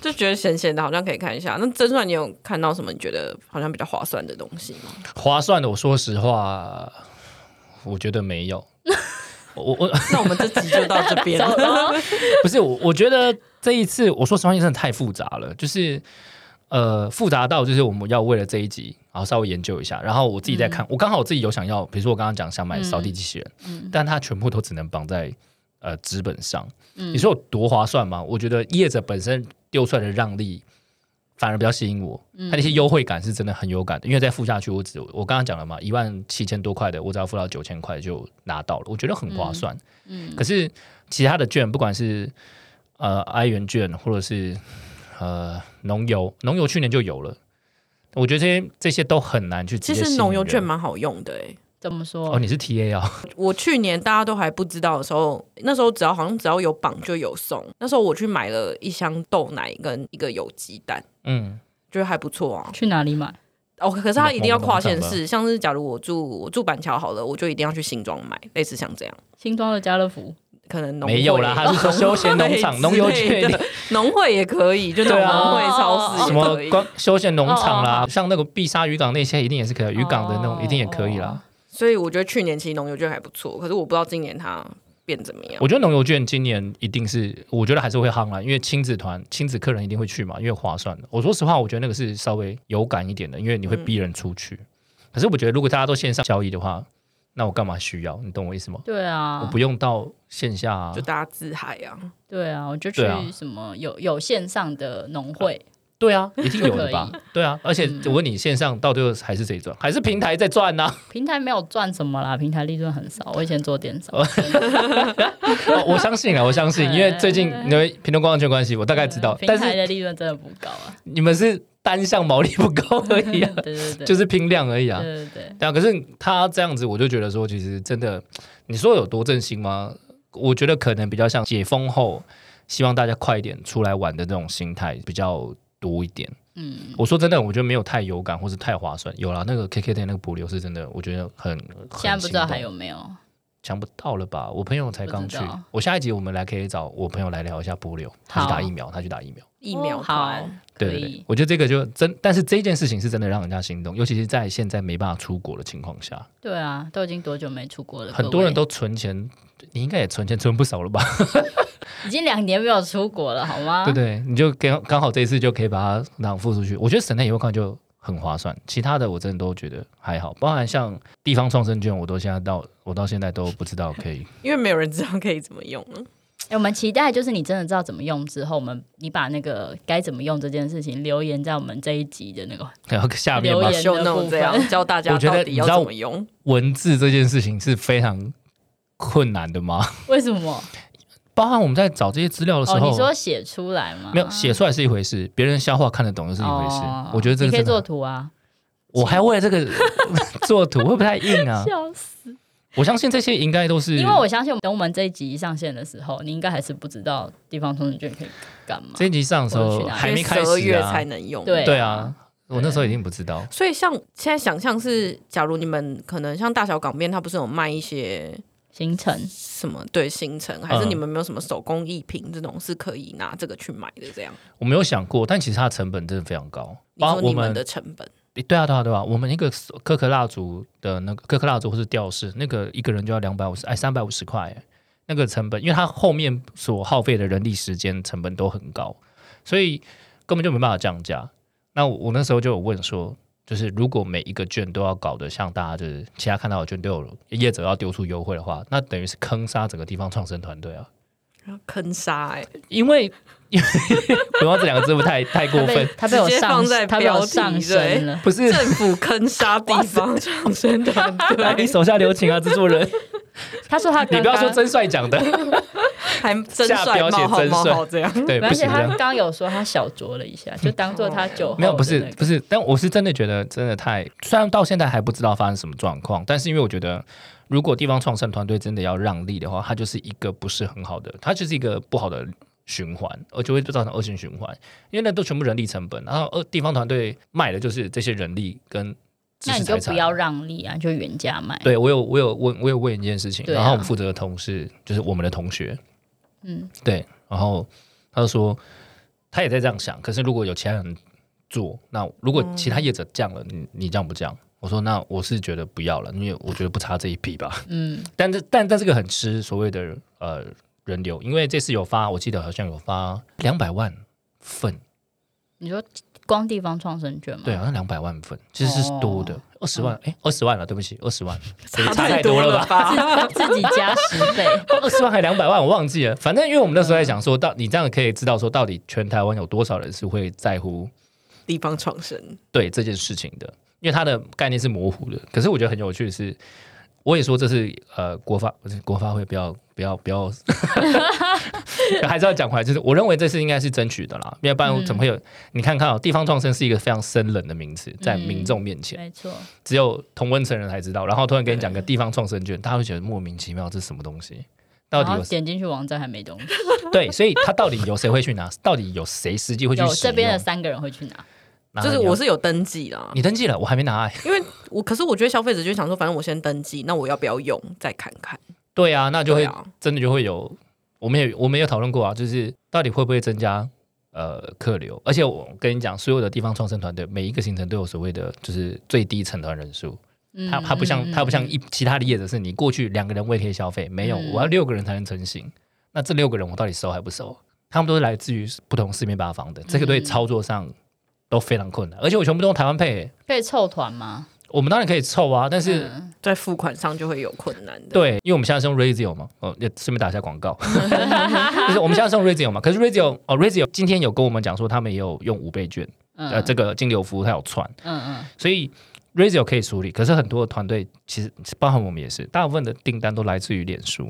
S3: 就觉得闲闲的，好像可以看一下。那真算你有看到什么你觉得好像比较划算的东西 吗？
S1: 划算的，我说实话，我觉得没有。 我 我
S3: 那我们这集就到这 边
S2: 走
S3: 了。
S2: 了，
S1: 不是我，我觉得这一次我说实话，真的太复杂了，就是呃复杂到就是我们要为了这一集，然后稍微研究一下，然后我自己在看，我刚好我自己有想要，比如说我刚刚讲想买扫地机器人，
S2: 嗯
S1: 但它全部都只能绑在呃纸本上，你说有多划算吗？我觉得业者本身丢出来的让利。反而比较吸引我，它那些优惠感是真的很有感的，因为再付下去，我只我刚刚讲了嘛，一万七千多块的，我只要付到九千块就拿到了，我觉得很划算。
S2: 嗯
S1: 可是其他的券，不管是呃哀元券或者是呃农油，农油去年就有了，我觉得这些这些都很难去直
S3: 其
S1: 接
S3: 实农油券
S1: 嘛，
S3: 蛮好用的、欸，
S2: 怎么
S1: 哦，
S2: 说？
S1: 你是 TA 啊、
S3: 我去年大家都还不知道的时候，那时候只要好像只要有榜就有送。那时候我去买了一箱豆奶跟一个有鸡蛋，
S1: 嗯，
S3: 觉得还不错啊。
S2: 去哪里买？
S3: 哦，可是它一定要跨县
S1: 某个
S3: 市，像是假如我住我住板桥好了，我就一定要去新庄买，类似像这样，
S2: 新庄的家乐福。
S3: 可能农会
S1: 没有啦， 他是说休闲农
S2: 哦
S1: 场农油
S3: 之类
S1: 券
S3: 的。农会也可以，就那种
S1: 对啊
S3: 农会超市
S2: 哦
S1: 什
S3: 也
S1: 么
S3: 可以
S1: 光休闲农场
S2: 哦
S1: 啦，像那个碧沙渔港那些一定也是可以，渔港的那种一定也可以啦。
S3: 所以我觉得去年其实农油券还不错，可是我不知道今年它变怎么样。
S1: 我觉得农油券今年一定是，我觉得还是会夯啦，因为亲子团、亲子客人一定会去嘛，因为划算的。我说实话，我觉得那个是稍微有感一点的，因为你会逼人出
S2: 嗯
S1: 去。可是我觉得，如果大家都线上交易的话，那我干嘛需要？你懂我意思吗？
S2: 对
S1: 我
S2: 啊
S1: 不，用到线下、啊
S3: 就。大家自嗨啊！
S2: 对啊，我就去
S1: 对啊
S2: 什么有有线上的农会，
S1: 对啊，一定有
S2: 就可
S1: 的
S2: 以嗯
S1: 吧？对啊，而且我问你，线上到最后还是谁赚？还是平台在赚啊呢、
S2: 平台没有赚什么啦，平台利润很少。我以前做电商，
S1: 哦我相信啊，我相信，因为最近因为平头光圈关系，我大概知道，
S2: 嗯平
S1: 但
S2: 台
S1: 是
S2: 的利润真的不高 啊。，
S1: 你们是单向毛利不高而已啊
S2: 对 对对，
S1: 就是是拼量而已啊。
S2: 对对对，
S1: 对啊，可是他这样子，我就觉得说，其实真的，你说有多振兴吗？我觉得可能比较像解封后，希望大家快一点出来玩的这种心态比较多一点。
S2: 嗯，
S1: 我说真的，我觉得没有太有感或是太划算。有啦，那个 KK 店那个补流是真的，我觉得很
S2: 现在不知道还，
S1: 很心动
S2: 有没有。
S1: 想不到了吧？我朋友才刚去
S2: 不知道。
S1: 我下一集我们来可以找我朋友来聊一下补流，他去
S2: 好
S1: 打疫苗，他去打疫苗。
S3: 疫苗
S2: 哦
S3: 团
S2: 好，
S1: 对
S2: 可
S1: 对
S2: 以
S1: 对，我觉得这个就真，但是这件事情是真的让人家心动，尤其是在现在没办法出国的情况下。
S2: 对啊，都已经多久没出国了？
S1: 很多人
S2: 各位
S1: 都存钱，你应该也存钱存不少了吧？
S2: 已经两年没有出国了，好吗？
S1: 对不对？你就刚刚好这一次就可以把它囊付出去。我觉得省内游看就很划算，其他的我真的都觉得还好，包含像地方创生券，我都现在到我到现在都不知道可以。
S3: 因为没有人知道可以怎么用了。
S2: 欸我们期待就是你真的知道怎么用之后，我们你把那个该怎么用这件事情留言在我们这一集的那个
S1: 然后下面
S2: 留
S1: 吧
S2: 言，的
S3: 就那
S2: 啊部
S3: 种这样
S2: 分
S3: 教大家
S1: 我觉得
S3: 到底要怎么用，
S1: 文字这件事情是非常困难的吗？
S2: 为什么？
S1: 包含我们在找这些资料的时
S2: 哦，
S1: 候，
S2: 你说写出来吗？
S1: 没有写出来是一回事，别人消化看得懂又是一回事。
S2: 哦
S1: 我觉得这
S2: 你
S1: 个
S2: 可以
S1: 真
S2: 做
S1: 的，
S2: 图啊，
S1: 我还为了这 个做图会不会太硬啊？
S2: 笑死！
S1: 我相信这些应该都是
S2: 因为我相信，等我们这一集一上线的时候，你应该还是不知道地方通讯券可以干嘛。
S1: 这一集上的时
S2: 我
S1: 候
S2: 去哪里
S1: 还没
S3: 因为
S1: 开
S3: 12
S1: 始
S3: 月
S1: 啊
S3: 才，能用。
S2: 对
S1: 对啊，我那时候一定不知道。
S3: 所以像现在想象是，假如你们可能像大小港边，它不是有卖一些
S2: 行程。
S3: 什么对行程，还是
S1: 嗯
S3: 你们没有什么手工艺品这种是可以拿这个去买的？这样，
S1: 我没有想过，但其实它的成本真的非常高。
S3: 你
S1: 包
S3: 说
S1: 括我
S3: 你们
S1: 们
S3: 的成本，
S1: 诶对啊对啊对啊，我们一个手可可蜡烛的那个可可蜡烛或是吊饰，那个一个人就要两百五十哎三百五十块耶，那个成本，因为它后面所耗费的人力时间成本都很高，所以根本就没办法降价。那我我那时候就有问说，就是如果每一个券都要搞得像大家就是其他看到的券都有业者要丢出优惠的话，那等于是坑杀整个地方创生团队啊，
S3: 坑杀哎、
S1: 因为。 不要这两个字不太 太过
S2: 他被
S1: 分，
S2: 他被我
S3: 直接
S2: 上
S3: 放在
S2: 他被
S3: 标
S2: 我
S3: 题
S2: 上身了。
S1: 不是
S3: 政府坑杀地方创生团
S1: 来你
S3: 队，
S1: 手下留情啊，制作人，
S2: 他说他
S1: 你
S2: 刚
S1: 不要说
S2: 刚，
S1: 真帅讲的，
S3: 还真
S1: 下
S3: 帅
S1: 标写
S3: 冒号
S1: 真
S3: 冒
S1: 帅
S3: 号这样。
S1: 对，不
S2: 嗯而且
S1: 行这
S2: 他
S1: 样。
S2: 刚有说他小酌了一下，就当做他酒后
S1: 没有，不是
S2: 的那个
S1: 不是，但我是真的觉得真的太，虽然到现在还不知道发生什么状况，但是因为我觉得，如果地方创生团队真的要让利的话，它就是一个不是很好的，它就是一个不好的循环，而就会造成恶性循环，因为那都全部人力成本，然后呃地方团队卖的就是这些人力跟知
S2: 那
S1: 识
S2: 你就
S1: 财产
S2: 不。要让利啊，你就原价卖。
S1: 对我有我有问我有问一件事情，
S2: 对啊
S1: 然后我们负责的同事就是我们的同学，
S2: 嗯，
S1: 对，然后他就说他也在这样想，可是如果有其他人做，那如果其
S2: 嗯
S1: 他业者降了，你你降不降？我说那我是觉得不要了，因为我觉得不差这一批吧。
S2: 嗯，
S1: 但这但但这个很吃所谓的呃人流，因为这次有发，我记得好像有发两百万份，
S2: 你说光地方创生券吗？
S1: 对，好啊像两百万份，其实是多
S2: 哦
S1: 的，二十、
S2: 嗯
S1: 万，哎，二十万了，对不起，二十 万，
S3: 差
S1: 差
S3: 太
S1: 太多了
S3: 了
S1: 吧
S3: 吧？
S2: 自己加十 倍，
S1: 二十万还两百万，我忘记了。啊反正因为我们那时候在想说，呃到你这样可以知道说，到底全台湾有多少人是会在乎
S3: 地方创生，
S1: 对这件事情的，因为它的概念是模糊的。可是我觉得很有趣的是，我也说这是呃国发不是国发会不要不要不要， 还是要讲回来，就是我认为这是应该是争取的啦，要不然怎么会有？你看看哦，地方创生是一个非常生冷的名词，在民众面前，
S2: 没错，
S1: 只有同温层人才知道，然后突然跟你讲个地方创生券，大家会觉得莫名其妙，这是什么东西？到
S2: 然
S1: 底
S2: 后
S1: 有
S2: 点进去网站还没东西，
S1: 对，所以他到底有谁会去拿？ 到底有谁实际会去
S2: 有
S1: 使
S2: 这
S1: 用？
S2: 边的三个人会去拿，
S1: 拿了
S3: 就是
S1: 你要
S3: 我是有登记啦，
S1: 你登记了，我还没拿哎、
S3: 因为我可是我觉得消费者就想说，反正我先登记，那我要不要用再看看？
S1: 对啊，那就会、
S3: 对啊
S1: 真的就会有，我们也我们也讨论过啊，就是到底会不会增加呃客流？而且我跟你讲，所有的地方创生团队每一个行程都有所谓的就是最低成团人数，
S2: 嗯
S1: 它它不像它不像一其他的业者是你过去两个人我也可以消费，没有，
S2: 嗯
S1: 我要六个人才能成型。那这六个人我到底收还不收？他们都是来自于不同四面八方的，这个对
S2: 嗯
S1: 操作上都非常困难，而且我全部都用台湾配、欸
S2: 可以凑团吗？
S1: 我们当然可以凑啊，但是、
S2: 嗯
S3: 在付款上就会有困难的。
S1: 对，因为我们现在是用 Razio 嘛，哦，也顺便打一下广告， 就是我们现在是用 Razio 嘛，可是 Razio 哦，Razio 今天有跟我们讲说他们也有用五倍券，呃，
S2: 嗯
S1: 这个金流服务它有串，
S2: 嗯
S1: 所以 Razio 可以处理，可是很多的团队其实包含我们也是，大部分的订单都来自于脸书，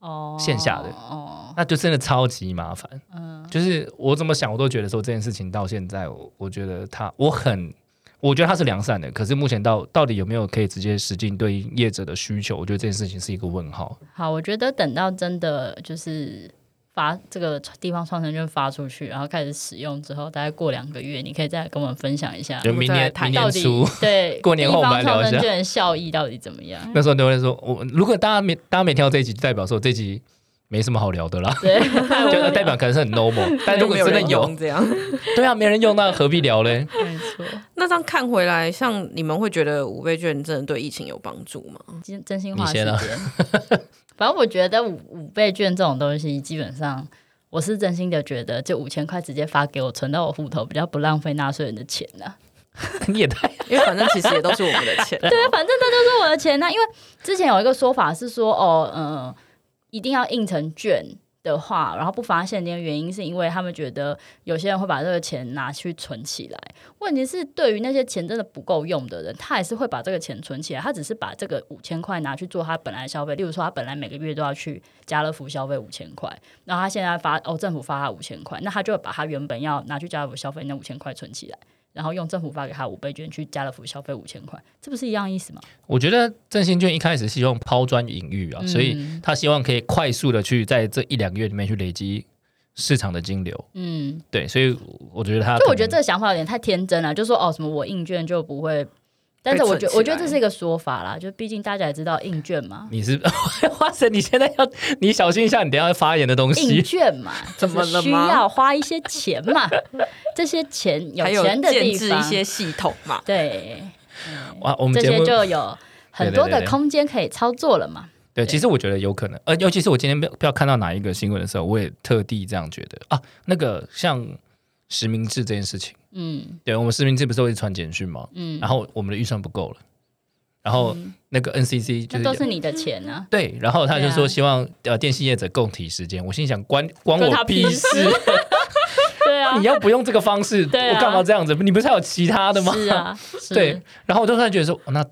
S2: 嗯哦
S1: 线下的
S2: 哦
S1: 那就真的超级麻烦。
S2: 嗯
S1: 就是我怎么想，我都觉得说这件事情到现在，我我觉得它我很，我觉得它是良善的，可是目前到到底有没有可以直接实际对应业者的需求，我觉得这件事情是一个问号。
S2: 好，我觉得等到真的就是。发这个地方创生券发出去，然后开始使用之后，大概过两个月，你可以再跟我们分享一下，
S1: 就明年
S3: 我们再来
S1: 明
S3: 谈嗯
S1: 年
S2: 到底
S1: 初，
S2: 对
S1: 过年后我
S2: 地
S1: 们来
S2: 方
S1: 聊一
S2: 创
S1: 下
S2: 生券的效益到底怎么 样？，
S1: 那时候都会说，我如果大家没大家没听到这一集，就代表说这一集没什么好聊的啦
S2: 对，
S1: 就代表可能是很 normal。但如果
S3: 没有
S1: 真的
S3: 人
S1: 有
S3: 用，这样，
S1: 对啊，没人用，那何必聊嘞？
S2: 没错，
S3: 那这样看回来，像你们会觉得五倍券真的对疫情有帮助吗？
S2: 真真心话时
S1: 你先啊
S2: 间。反正我觉得五五倍券这种东西，基本上我是真心的觉得，就五千块直接发给我，存到我户头，比较不浪费纳税人的钱呢、啊。
S1: 你也太
S3: 因为反正其实也都是我们的钱。
S2: 对，啊反正这就是我的钱呢、因为之前有一个说法是说，哦，嗯、一定要印成券。的话，然后不发现金的原因是因为他们觉得有些人会把这个钱拿去存起来。问题是，对于那些钱真的不够用的人，他还是会把这个钱存起来，他只是把这个五千块拿去做他本来的消费。例如说，他本来每个月都要去家乐福消费五千块，然后他现在发哦政府发他五千块，那他就把他原本要拿去家乐福消费那五千块存起来，然后用政府发给他五倍券去家乐福消费五千块，这不是一样意思吗？
S1: 我觉得振兴券一开始希望抛砖引玉啊，所
S3: 嗯
S1: 以
S2: 嗯
S1: 他希望可以快速的去在这一两个月里面去累积市场的金流。
S2: 嗯，
S1: 对，所以我觉得他
S2: 就我觉得
S1: 可能
S2: 这个想法有点太天真了，就说哦什么我印券就不会但是我觉
S3: 被存起来
S2: 我觉得这是一个说法啦，就毕竟大家也知道印券嘛，
S1: 你是 花神，你现在要你小心一下，你等一下发言的东
S2: 印
S1: 西。
S2: 券嘛，
S3: 怎么了吗
S2: 就是需要花一些钱嘛， 这些 钱有
S3: 还有
S2: 钱的
S3: 建
S2: 地
S3: 制
S2: 方，
S3: 一些系统嘛。
S2: 对，
S1: 哇，我们
S2: 这
S1: 节
S2: 些
S1: 目
S2: 就有很多的空间可以操作了嘛。
S1: 对，其实我觉得有可能，呃，尤其是我今天不不要看到哪一个新闻的时候，我也特地这样觉得啊。那个像实名制这件事情，
S2: 嗯
S1: 对我们实名制不是会传简讯吗？
S2: 嗯，
S1: 然后我们的预算不够了，然后那个 NCC 就
S2: 那
S1: 是
S2: 都是你的钱 啊，
S1: 对，然后他就
S2: 对
S1: 说
S2: 啊
S1: 希望、呃电信业者共体时间，我心想关关
S2: 关
S1: 我
S2: 他屁
S1: 事，
S2: 事对 啊
S1: 你，要不用这个方式，
S2: 对啊
S1: 我干嘛这样子？你不是还有其他的吗？
S2: 是 啊，是
S1: 对，，然后我就突然觉得说，哦那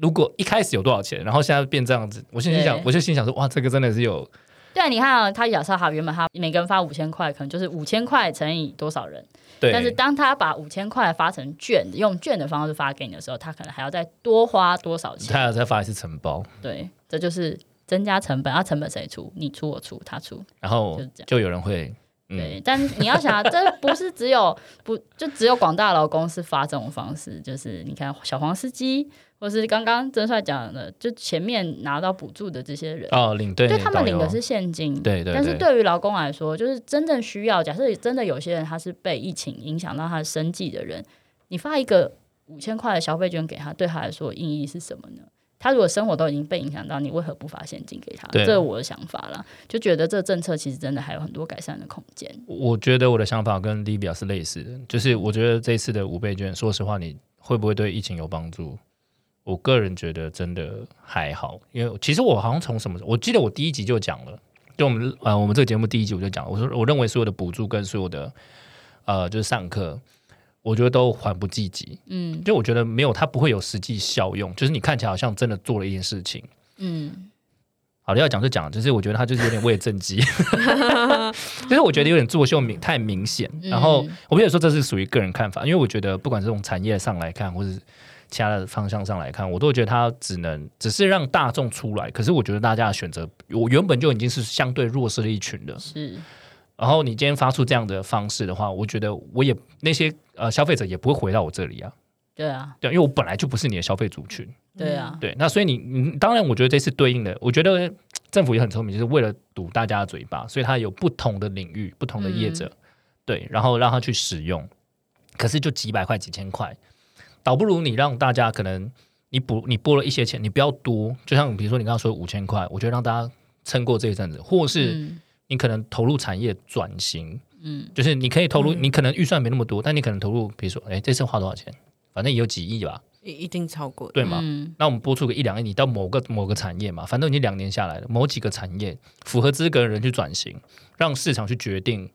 S1: 如果一开始有多少钱，然后现在变这样子，我心里想
S2: 对，
S1: 我就心想说，哇，这个真的是有
S2: 对啊，你看啊，他假设好，原本他每个人发五千块，可能就是五千块乘以多少人，
S1: 对，
S2: 但是当他把五千块发成券，用券的方式发给你的时候，他可能还要再多花多
S1: 他
S2: 少钱？
S1: 要再发一次承包，
S2: 对，这就是增加成本。啊，成本谁出？你出，我出，他出。
S1: 然后
S2: 就是这样
S1: 就有人会，嗯，
S2: 对，但你要想啊，这不是只有不就只有广大劳公司发这种方式，就是你看小黄司机，或是刚刚曾帅讲的，就前面拿到补助的这些人。
S1: 哦，领队
S2: 对他们领的
S1: 导游
S2: 是现金，
S1: 对对
S2: 但是
S1: 对
S2: 对于劳工来说，就是真正需要，假设真的有些人他是被疫情影响到他的生计的人，你发一个五千块的消费券给他，对他来说意义是什么呢？他如果生活都已经被影响到，你为何不发现金给他？
S1: 对
S2: 这是我的想法啦，就觉得这政策其实真的还有很多改善的空间。
S1: 我觉得我的想法跟 Libya 是类似的，就是我觉得这次的五倍券，说实话，你会不会对疫情有帮助？我个人觉得真的还好，因为其实我好像从什么，我记得我第一集就讲了，就我们呃我们这个节目第一集我就讲了，我说我认为所有的补助跟所有的呃就是上课，我觉得都还不积极，
S2: 嗯
S1: 就我觉得没有它不会有实际效用，就是你看起来好像真的做了一件事情。
S2: 嗯，
S1: 好了，要讲就讲，就是我觉得他就是有点为了政绩， 就是我觉得有点作秀明太明显。
S2: 嗯
S1: 然后我不是说这是属于个人看法，因为我觉得不管是从产业上来看，或是其他的方向上来看，我都觉得它只能只是让大众出来。可是我觉得大家的选择，我原本就已经是相对弱势的一群了。
S2: 是
S1: 然后你今天发出这样的方式的话，我觉得我也那些呃消费者也不会回到我这里啊，
S2: 对啊，
S1: 对，因为我本来就不是你的消费族群。
S2: 对啊，
S1: 对，那所以你，你当然，我觉得这次对应的，我觉得政府也很聪明，就是为了堵大家的嘴巴，所以它有不同的领域、不同的业者，
S2: 嗯
S1: 对，然后让他去使用。可是就几百块、几千块，倒不如你让大家可能你补你拨了一些钱，你不要多，就像比如说你刚刚说五千块，我觉得让大家撑过这一阵子，或是
S2: 嗯
S1: 你可能投入产业转型，
S2: 嗯
S1: 就是你可以投入，你可能预算没那么多，但你可能投入，比如说，哎，这次花多少钱？反正也有几亿吧，
S3: 一一定超过的。
S1: 对吗？
S2: 嗯
S1: 那我们播出个一两亿，你到某个某个产业嘛，反正已经两年下来了，某几个产业符合资格的人去转型，让市场去决定，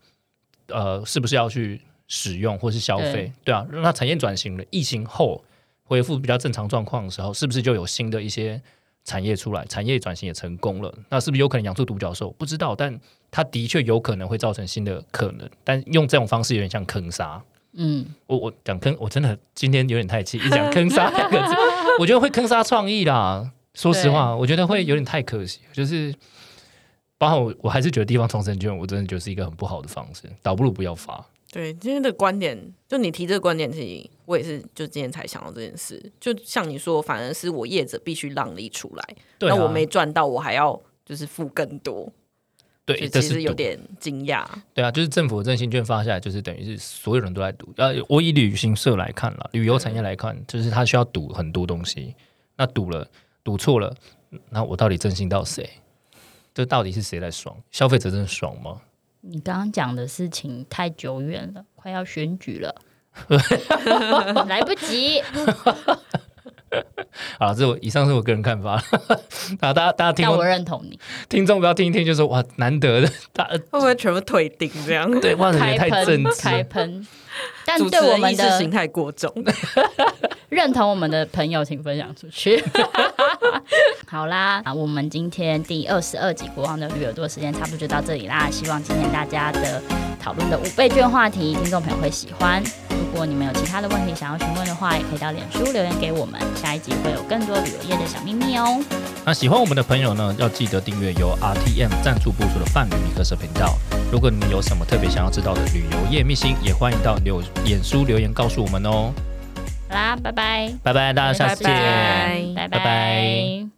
S1: 呃，是不是要去使用或是消费，对啊，让它产业转型了，疫情后恢复比较正常状况的时候，是不是就有新的一些产业出来，产业转型也成功了？那是不是有可能养出独角兽？不知道，但它的确有可能会造成新的可能，但用这种方式有点像坑杀。
S2: 嗯，
S1: 我我讲坑，我真的今天有点太气，一讲坑杀两个字，我觉得会坑杀创意啦。说实话，我觉得会有点太可惜，就是包含我，我还是觉得地方创生券，我真的觉得是一个很不好的方式，倒不如不要发。
S3: 对，今天的观点，就你提这个观点，其实我也是，就今天才想到这件事。就像你说，反而是我业者必须让利出来，
S1: 对、啊，
S3: 那我没赚到，我还要就是付更多，
S1: 对，
S3: 就
S1: 这
S3: 其实
S1: 是
S3: 有
S1: 赌
S3: 点惊讶。
S1: 对啊，就是政府的振兴券发下来，就是等于是所有人都在赌。呃，我以旅行社来看了，旅游
S3: 嗯
S1: 产业来看，就是它需要赌很多东西。那赌了，赌错了，那我到底振兴到谁？这到底是谁在爽？消费者真的爽吗？
S2: 你刚刚讲的事情太久远了，快要选举 了，来不及。
S1: 好了，这我以上是我个人看法了。 啊，大家大家听
S2: 但我
S1: 众
S2: 认同你，
S1: 听众不要听一听就说哇，难得的，大
S3: 会不会全部退订这样？
S1: 对哇，你
S2: 开
S1: 也太
S2: 喷
S1: 正
S2: 开
S1: 直。
S2: 喷。但
S3: 主持
S2: 对我
S3: 人
S2: 们
S3: 意识
S2: 的
S3: 形态过重，
S2: 认同我们的朋友，请分享出 去。好啦，啊，我们今天第二十二集国王的旅耳朵时间差不多就到这里啦。希望今天大家的讨论的五倍券话题，听众朋友会喜欢。如果你们有其他的问题想要询问的话，也可以到脸书留言给我们。下一集会有更多旅游业的小秘密哦。
S1: 那喜欢我们的朋友呢，要记得订阅由 RTM 赞助播出的泛旅米克斯频道。如果你们有什么特别想要知道的旅游业秘辛，也欢迎到留脸书留言告诉我们哦。好啦，拜拜，
S2: 拜拜，大家下次见。
S1: 拜
S3: 拜
S2: 拜拜
S1: 拜。